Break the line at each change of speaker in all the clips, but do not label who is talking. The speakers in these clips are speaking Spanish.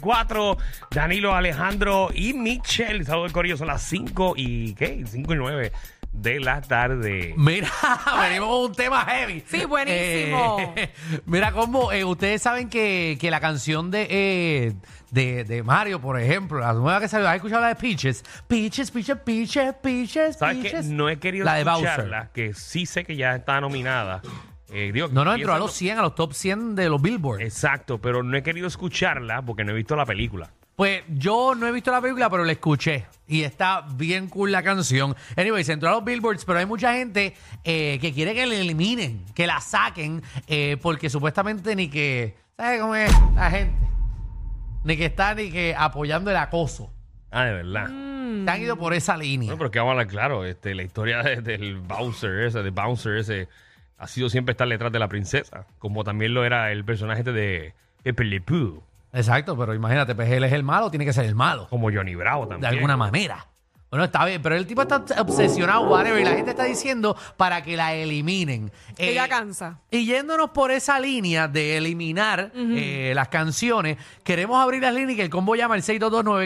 994, Danilo, Alejandro y Michelle. Saludos del Corillo, son las 5 y ¿qué? 5 y 9 de la tarde.
Mira, venimos con un tema heavy.
Sí, buenísimo.
Eh, mira, como eh, ustedes saben que, que la canción de, eh, de, de Mario, por ejemplo, la nueva que salió, ¿has escuchado la de Peaches? Peaches, Peaches, Peaches, Peaches,
¿Sabes qué?
Peaches.
No he querido
La de Bowser.
escucharla, que sí sé que ya está nominada. Eh, digo,
No, no, entró a
pienso-
los 100, a los top 100 de los Billboard.
Exacto, pero no he querido escucharla porque no he visto la película.
Pues yo no he visto la película, pero la escuché. Y está bien cool la canción. Anyways, entró a los billboards, pero hay mucha gente eh, que quiere que la eliminen, que la saquen, eh, porque supuestamente ni que. ¿Sabes cómo es la gente? Ni que está ni que apoyando el acoso.
Ah, de verdad.
Se han ido por esa línea.
No, pero que vamos a hablar claro, este, la historia de- del Bowser ese, de Bouncer ese, ha sido siempre estar detrás de la princesa, como también lo era el personaje este de Pepe Le Pew,
Exacto, pero imagínate, pues él es el malo, tiene que ser el malo.
como Johnny Bravo también.
de alguna manera. Bueno, está bien, pero el tipo está obs- obsesionado, whatever, y la gente está diciendo para que la eliminen.
Ella
Eh,
cansa.
Y yéndonos por esa línea de eliminar eh, las canciones, queremos abrir las líneas y que el combo llama al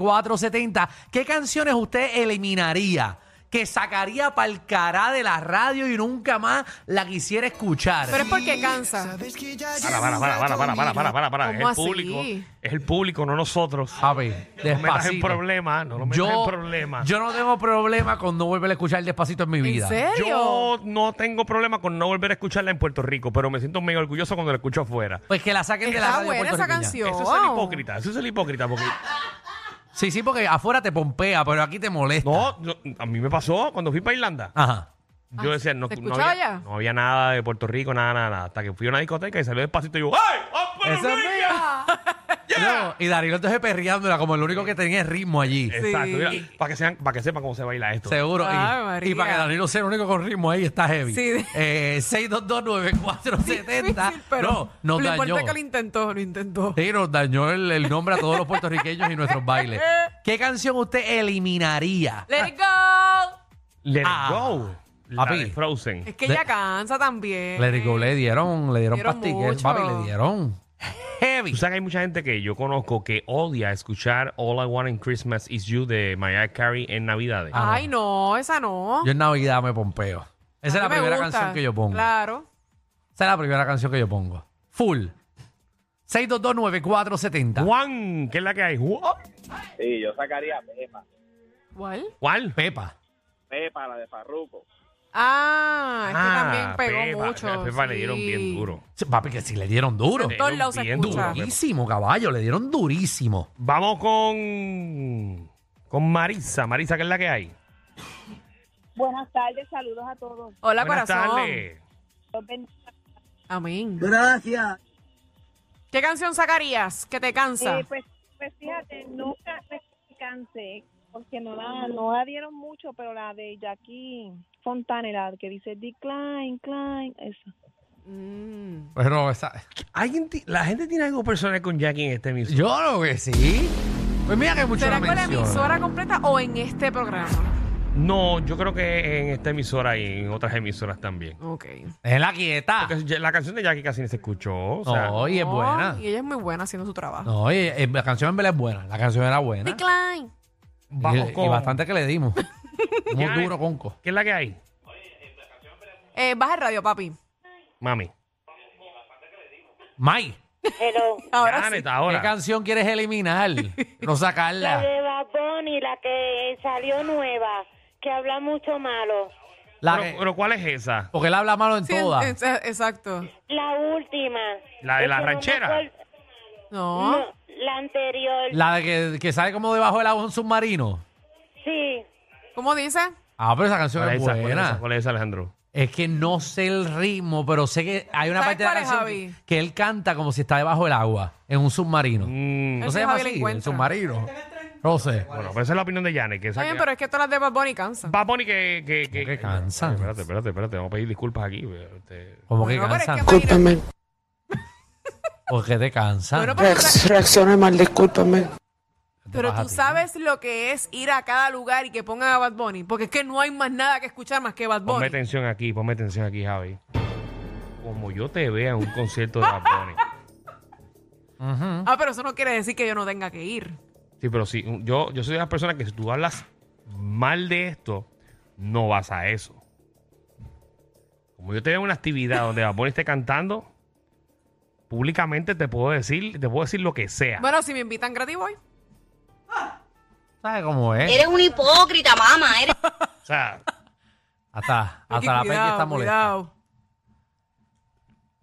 6229470. ¿Qué canciones usted eliminaría? Que sacaría para el cará de la radio y nunca más la quisiera escuchar.
Pero es porque cansa.
Para, para, para, para, para, para, para, para, para. Es
¿Cómo
el público.
así?
Es el público, no nosotros.
A ver,
No me metas en
despacito.
problema, no lo metas en problema.
yo no tengo problema con no volver a escuchar despacito en mi vida.
¿En serio?
Yo no tengo problema con no volver a escucharla en Puerto Rico, pero me siento medio orgulloso cuando la escucho afuera.
Pues que la saquen de la
Está
radio pues,
buena esa
puertorriqueña.
canción.
Eso es el hipócrita, eso es el hipócrita, porque
Sí, sí, porque afuera te pompea, pero aquí te molesta.
no, yo- a mí me pasó cuando fui para Irlanda.
Ajá.
Yo
Ah,
decía, no,
¿te
no
escuchaba
había,
ya?
no había nada de Puerto Rico, nada, nada, nada. Hasta que fui a una discoteca y salió despacito y yo, ¡ay! ¡Ah, Puerto
Esa es
Rico!
mía. No, y Darío entonces perreándola como el único que tenía el ritmo allí.
Exacto,
Sí.
mira, para que, sean- para que sepan cómo se baila esto.
Seguro. Y-
Ay,
y,
María.
para que Danilo sea el único con ritmo ahí, está heavy.
Sí.
Eh, 6229470.
Difícil, pero
no, nos
lo
dañó.
importante es que lo intentó, lo intentó.
Sí, nos dañó el, el nombre a todos los puertorriqueños y nuestros bailes. ¿Qué canción usted eliminaría?
Let it go.
Let it
Ah.
go. La
Papi.
de Frozen.
Es que
Le-
ella cansa también.
Let it go, le dieron, le dieron,
Eh, Dieron
pastiquel,
mucho.
papi, le dieron. Heavy.
Tú sabes que hay mucha gente que yo conozco que odia escuchar All I Want in Christmas Is You de Mariah Carey en Navidades.
Ah,
Ay, no, esa no.
Yo en Navidad me pompeo. Esa es
A
la
mí me
primera
gusta.
canción que yo pongo.
Claro.
Esa es la primera canción que yo pongo. Full. 6229470.
Juan, ¿qué es la que hay? Ju- oh,
Sí, yo sacaría Pepa.
¿Cuál?
¿Cuál?
Pepa.
Pepa, la de Farruco.
Ah, es que
Ah,
también pegó
Pepa.
mucho.
A Pepa le
sí.
dieron bien duro.
Sí, Papi, que si le dieron duro.
Le
todos
dieron
lados se
bien
escucha.
duro, Pepa.
Durísimo, caballo. Le dieron durísimo.
Vamos con. Con Marisa. Marisa, ¿qué es la que hay?
Buenas tardes, saludos a todos.
Hola,
Buenas
corazón.
tardes.
Dios bendiga.
Amén. Gracias. ¿Qué canción sacarías que te cansa?
Eh, pues, pues fíjate, nunca me cansé, porque no la, no la dieron mucho, pero la de Jackie Fontanera, que dice decline, decline, esa.
Mm.
Pero esa-
¿Alguien ti- la gente tiene algo personal con Jackie en este mismo.
yo lo que sí. Pues mira que mucho la
¿Será con la
mencionan.
emisora completa o en este programa?
No, yo creo que en esta emisora y en otras emisoras también.
Ok.
Déjenla quieta.
Porque ya- La canción de Jackie casi ni se escuchó. O sea,
No, y es
No,
buena.
Y ella es muy buena haciendo su trabajo.
No, y, eh, la canción en verdad es buena. La canción era buena.
Decline.
Y,
vamos
y
con.
bastante que le dimos. Muy
Janet.
duro, conco.
¿Qué es la que hay?
Eh, baja el radio, papi.
Mami.
Mike,
Pero
Ahora
Janet,
sí.
¿qué
ahora.
canción quieres eliminar? no sacarla.
Bad Bunny, la que salió nueva, que habla mucho malo,
La
pero,
que-
pero ¿cuál es esa?
porque él habla malo en
Sí,
todas.
en- en- exacto.
la última.
¿La de la Es que no me ranchera? acuerdo-
No.
¿Ah?
la anterior,
La de que, que sale como debajo del agua un submarino.
sí.
¿Cómo dice?
Ah, pero esa canción
¿Cuál
es
es esa?
buena.
¿Cuál es esa? ¿Cuál es esa, Alejandro?
Es que no sé el ritmo, pero sé que hay una
¿Sabes
parte de la
cuál es,
canción
Javi?
que, que él canta como si está debajo del agua, en un submarino.
Mm,
¿No
Ese
se llama
Javi la
así?
encuentra.
El submarino. No sé.
bueno, pero esa es la opinión de Janet. Que esa
Está bien,
que-
pero es que todas las de Bad Bunny cansan.
Bad Bunny que... que, que,
que cansan?
Ay, Espérate, espérate, espérate. Vamos a pedir disculpas aquí. pero, este,
Como que
Bueno, pero es
cansan.
que imagínate-
Porque te cansan.
Bueno, pero, tú sa-
Reacc- Reacciones mal, discúlpame.
Te
pero
pasa a
tú
ti.
sabes lo que es ir a cada lugar y que pongan a Bad Bunny. Porque es que no hay más nada que escuchar más que Bad
Ponme
Bunny.
atención aquí, ponme atención aquí, Javi. Como yo te vea en un concierto de Bad Bunny,
Ujú.
Ah, pero eso no quiere decir que yo no tenga que ir.
Sí, pero sí, yo, yo soy de las personas que si tú hablas mal de esto, no vas a eso. Como yo te veo en una actividad donde Bad Bunny esté cantando, públicamente te puedo decir, te puedo decir lo que sea.
Bueno, si me invitan gratis voy.
¿Sabes cómo es?
Eres un hipócrita, mamá. Eres...
O sea,
Hasta,
Aquí,
hasta la
cuidado,
peña está molesta.
cuidado.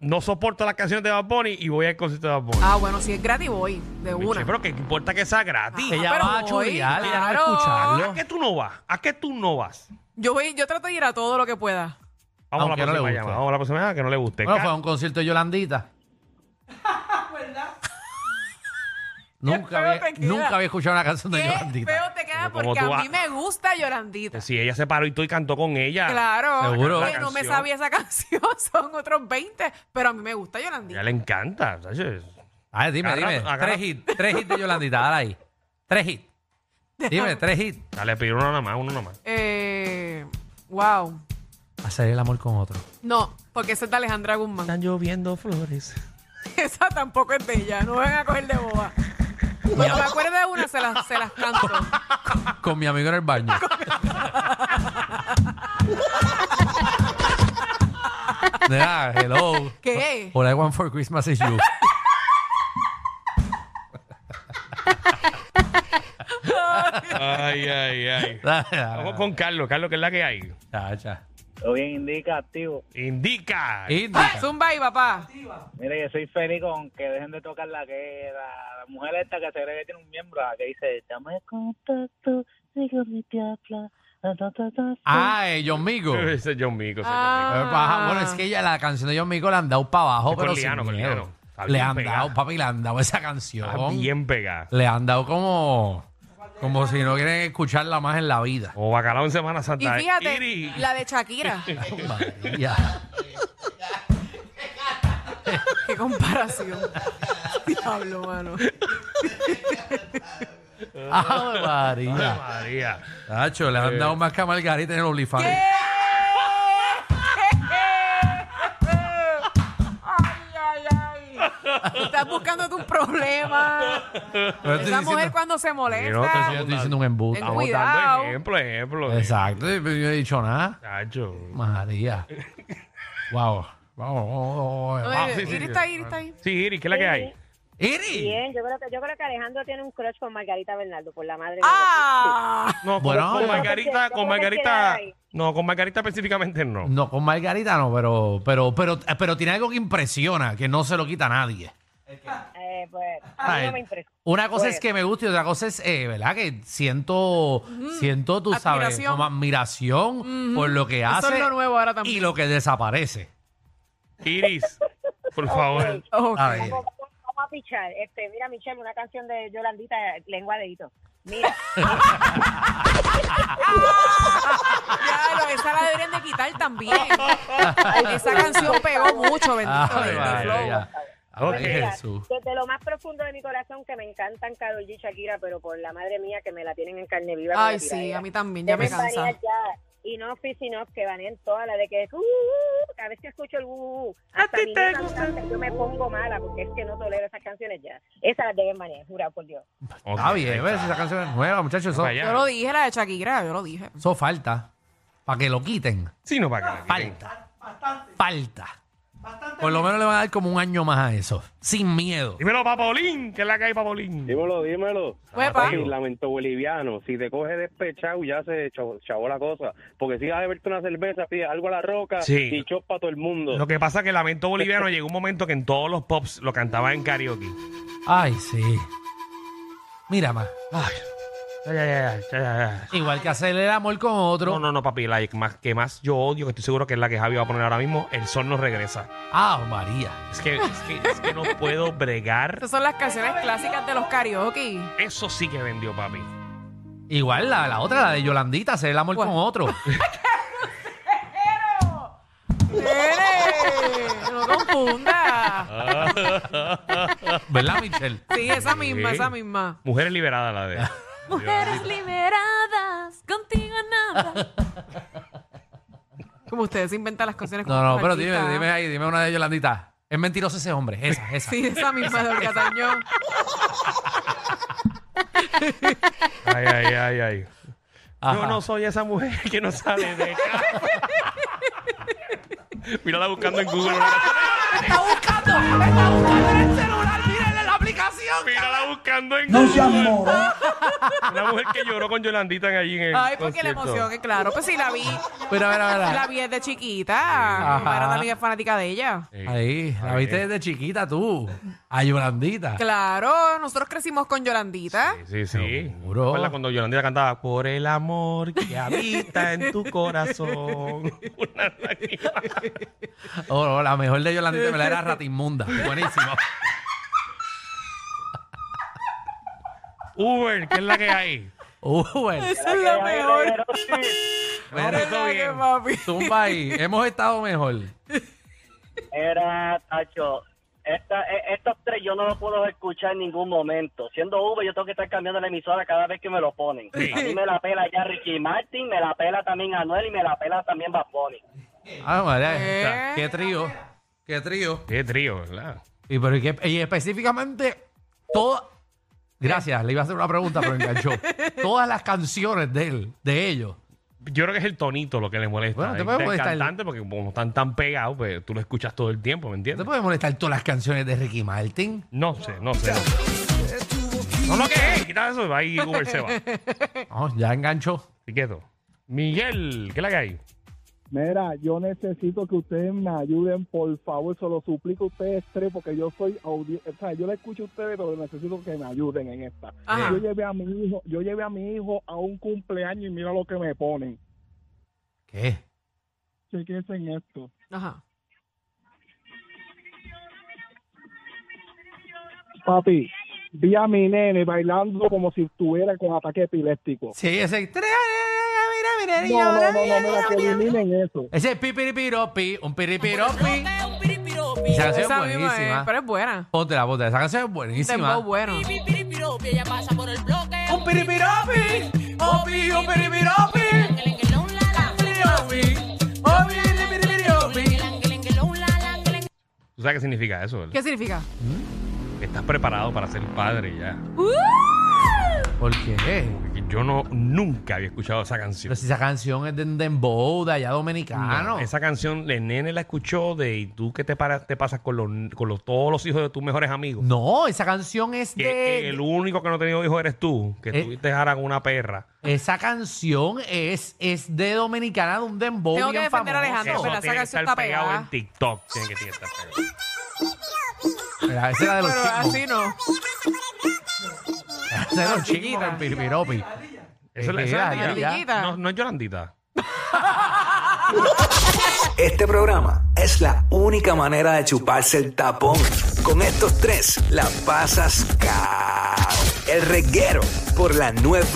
no soporto las canciones de Bad Bunny y voy al concierto de Bad Bunny.
Ah, bueno, si es gratis voy, de
Miche,
una. Ah,
Pero que importa que sea gratis.
Ella
pero
va a
voy,
chulear, ella no va a
claro.
escucharlo.
¿A qué tú no vas? ¿A qué tú no vas?
Yo voy, yo trato de ir a todo lo que pueda.
Vamos
Aunque
a la
no le
próxima
guste.
llamada. Vamos a la próxima llamada que no le guste.
Bueno,
Ca-
fue a un concierto de Yolandita. Nunca,
feo
había,
te queda.
nunca había escuchado una canción de
Qué
Yolandita.
feo te
Pero
queda
como
porque
tú
a
vas-
mí me gusta Yolandita.
Si ella se paró y tú y cantó con ella.
Claro.
Seguro.
Que no me
La canción.
sabía esa canción, son otros 20, pero a mí me gusta Yolandita.
Ya le encanta. ¿sabes?
Ay, dime,
Agarra-
dime.
agarra-
Tres hits, tres hits de Yolandita, dale ahí. Tres hits. Dime, tres hits.
Dale, pedir uno nada más, uno nada más.
Eh, wow.
Hacer el amor con otro.
No, porque esa es de Alejandra Guzmán.
lloviendo flores.
Esa tampoco es de ella, no van a coger de boba. Cuando me acuerdo de una, se las, se las canto.
Con mi amigo en el baño. Nada, hello.
¿Qué?
All I want for Christmas is you.
Ay, ay, ay. Vamos con Carlos, Carlos, que es la que hay.
Chacha.
Lo bien indica, activo.
Indica.
Indica.
Zumba y papá.
Mire, yo soy feliz con que dejen de tocar la que la, la mujer esta que se cree que tiene un miembro, la que dice, llama el contacto, dígame que habla. ta, ta, ta, ta".
Ah, eh, John Migo. Eh,
Ese es John Mico. ese es John
Ah.
baja. Bueno, es que ella, la canción de John Migo le han dado para abajo,
Es
pero sin
corleano,
miedo.
corleano. Está
Le
bien
han
pegada.
dado, papi, le han dado esa canción.
Mico. Está bien pegada.
Le han dado como, como si no quieren escucharla más en la vida.
Como bacalao en Semana
Y
Santa. Iri.
fíjate, la de Shakira.
Ya.
Qué comparación. Diablo, mano.
Ave
Ay,
María.
María.
Tacho, le han dado más que a Margarita en el OnlyFans.
Ay, ay, ay. Estás buscándote un problema.
Pero estoy
Esa mujer
diciendo-
cuando se
no te
Yo
molesta.
estoy diciendo un embuste.
Ten
Estamos
cuidado.
dando ejemplo, ejemplo.
Exacto, yo no he dicho nada.
Chacho.
María. Wow. Vamos, vamos,
No,
vamos.
sí, sí,
Iri
sí.
está ahí, Iri está ahí.
Sí, Iri, ¿qué es la que hay?
Iri.
Bien, yo creo que yo creo que Alejandro tiene un crush con Margarita Bernardo, por la madre. de Dios.
Ah,
No,
Bueno,
con,
yo
con
creo que
Margarita,
sí, yo
con
creo que
Margarita.
sí hay.
No, con Margarita específicamente no.
No, con Margarita no, pero, pero, pero, pero tiene algo que impresiona, que no se lo quita a nadie.
Eh, pues a mí no me impresiona.
Una cosa
Pues-
es que me guste y otra cosa es, eh, ¿verdad? Que siento, siento, tú sabes,
Admiración.
como admiración por lo que hace
eso es lo nuevo ahora
y
también.
lo que desaparece.
Iris, por favor.
Ok.
A ver.
Vamos vamos a pichar. Este, mira, Michelle, una canción de Yolandita, lengua de hito. Mira,
Claro, esa la deberían de quitar también. Esa canción pegó mucho, bendito.
Ave
Ay,
bendito
María.
flow.
María. Ave
mira,
Jesús.
desde lo más profundo de mi corazón que me encantan Carol G y Shakira, pero por la madre mía que me la tienen en carne viva. con
Ay,
la
sí,
tiradera.
a mí también, ya me
Deben
cansa.
banear ya. Y no Fizz y no, que baneen toda la de que es, uh, uh, uh, cada vez que escucho el uh, uh, uh, hasta mi nena canta, yo me pongo mala porque es que no tolero esas canciones ya. Esas las deben banear, jurado por Dios.
Ok,
Está Ah, bien,
ahí
¿ves? Esa canción es nueva, muchachos. Eso,
Para allá.
Yo lo dije, la de Shakira, yo lo dije.
eso falta. Para que lo quiten.
Sí, no, para que la quiten.
Falta. Falta. Por lo menos le van a dar como un año más a eso. Sin miedo.
Dímelo, Papolín, que es la que hay, Papolín.
Dímelo, dímelo.
Huepa.
Ey, lamento boliviano, si te coge despechado ya se chavo, chavó la cosa. Porque si vas a beberte una cerveza, pide algo a la roca
Sí.
y chopa a todo el mundo.
Lo que pasa es que Lamento Boliviano llegó un momento que en todos los pops lo cantaba en karaoke.
Ay, sí. Mira más. Ay,
Ay, ay, ay, ay, ay, ay.
Igual que hacer el amor con otro.
No, no, no, papi, la que más, que más yo odio, que estoy seguro que es la que Javi va a poner ahora mismo, El Sol no regresa.
Ah, María.
Es que, es que, es que no puedo bregar.
Estas son las canciones clásicas de los karaoke.
Eso sí que vendió, papi.
Igual la, la otra, la de Yolandita, hacer el amor
¿Cuál?
con otro.
¡Nene! ¡No confunda!
¿Verdad, Michelle?
Sí, esa misma, esa misma.
Mujeres liberadas la de.
Mujeres liberadas, contigo nada.
Como ustedes inventan las canciones con
No, no,
los
pero dime,
artistas.
dime ahí, dime una de Yolandita. Es mentiroso ese hombre. Esa, esa.
Sí, esa misma de Olga Tañón.
Ay, ay, ay, ay. Yo
Ajá.
no soy esa mujer que no sale de casa. Mírala buscando en Google.
está buscando, está buscando en el celular. Mírenle la aplicación.
Mírala buscando en Google. No seas moro. Una mujer que lloró con Yolandita en allí en el
Ay, porque la
concierto.
emoción, que claro. Pues sí, la vi.
Pero, a ver, a ver, a ver.
La vi desde chiquita. Mi mamá era una amiga fanática de ella.
Sí.
Ahí, la
Ahí.
viste desde chiquita tú. A Yolandita.
Claro, nosotros crecimos con Yolandita.
Sí, sí.
Seguro.
¿Recuerdas cuando Yolandita cantaba Por el amor que habita en tu corazón? Una lágrima.
Oh, no, la mejor de Yolandita me la era Ratimunda. Buenísimo.
Uber, ¿qué es la que hay?
Uber.
Esa es la mejor.
Mira,
Eso
Ay,
bien.
papi.
Zumba ahí. Hemos estado mejor.
Era, Tacho, esta, e- estos tres yo no los puedo escuchar en ningún momento. Siendo Uber, yo tengo que estar cambiando la emisora cada vez que me lo ponen.
Sí.
A mí me la pela ya Ricky Martin, me la pela también Anuel y me la pela también Bad Bunny.
Ah,
¿Eh?
María. Qué trío. Qué trío.
Qué trío, ¿verdad?
Y, pero, y, que- y específicamente, todas. Gracias, le iba a hacer una pregunta, pero enganchó. todas las canciones de él, de ellos.
Yo creo que es el tonito lo que le molesta.
Bueno, te
El-
puede
del
molestar el-
cantante, porque como están tan pegados, pues tú lo escuchas todo el tiempo, ¿me
¿No te
entiendes?
puede molestar todas las canciones de Ricky Martin?
No sé, no sé. no sé. No lo que es, quita eso, ahí Uber se va.
No, ya enganchó.
Así quieto. Miguel, ¿qué es la que hay?
Mira, yo necesito que ustedes me ayuden, por favor, se lo suplico a ustedes tres, porque yo soy audio, o sea, yo le escucho a ustedes, pero necesito que me ayuden en esta.
Ajá.
Yo llevé a mi hijo, yo llevé a mi hijo a un cumpleaños y mira lo que me ponen.
¿Qué?
Chequense en esto.
Ajá.
Papi, vi a mi nene bailando como si estuviera con ataque epiléptico.
Sí, ese.
No, no, no, no, mira, que eliminen eso.
Ese es pipiripiropi, un piripiropi. Esa canción
Esa
es
misma es,
buenísima.
pero es buena.
Póntela, póntela. Esa canción es
Dembow
buenísima.
bueno.
Un piripiropi, opi, un piripiropi. Piripiropi, opi, piripiropi.
¿Tú sabes qué significa eso? verdad?
¿Qué significa?
Estás preparado para ser padre ya.
¿Por qué?
Porque yo no nunca había escuchado esa
Pero
canción.
si esa canción es de un dembow de allá dominicano.
No, Esa canción, el nene la escuchó de ¿y tú qué te, para- te pasas con, los, con los- todos los hijos de tus mejores amigos?
No, esa canción es
Que
de.
Eh, el único que no ha tenido hijos eres tú, que
Eh.
tú te dejaras con una perra.
Esa canción es, es de dominicana de un dembow.
Tengo que
bien
defender a
famoso.
Alejandro,
Eso
pero esa
tiene que
canción
estar
está
pegado
pegada.
en TikTok. Tiene que tiene que estar pegado.
Mira, esa era de los
Pero
chicos.
así no.
Esa era de los chicos
Chiquita.
en Pirpiropi.
Eso es la-
Eh,
eso es la
ya,
tía.
ya.
No, no es Yolandita.
Este programa es la única manera de chuparse el tapón. Con estos tres la pasas cao. El reguero por la nueva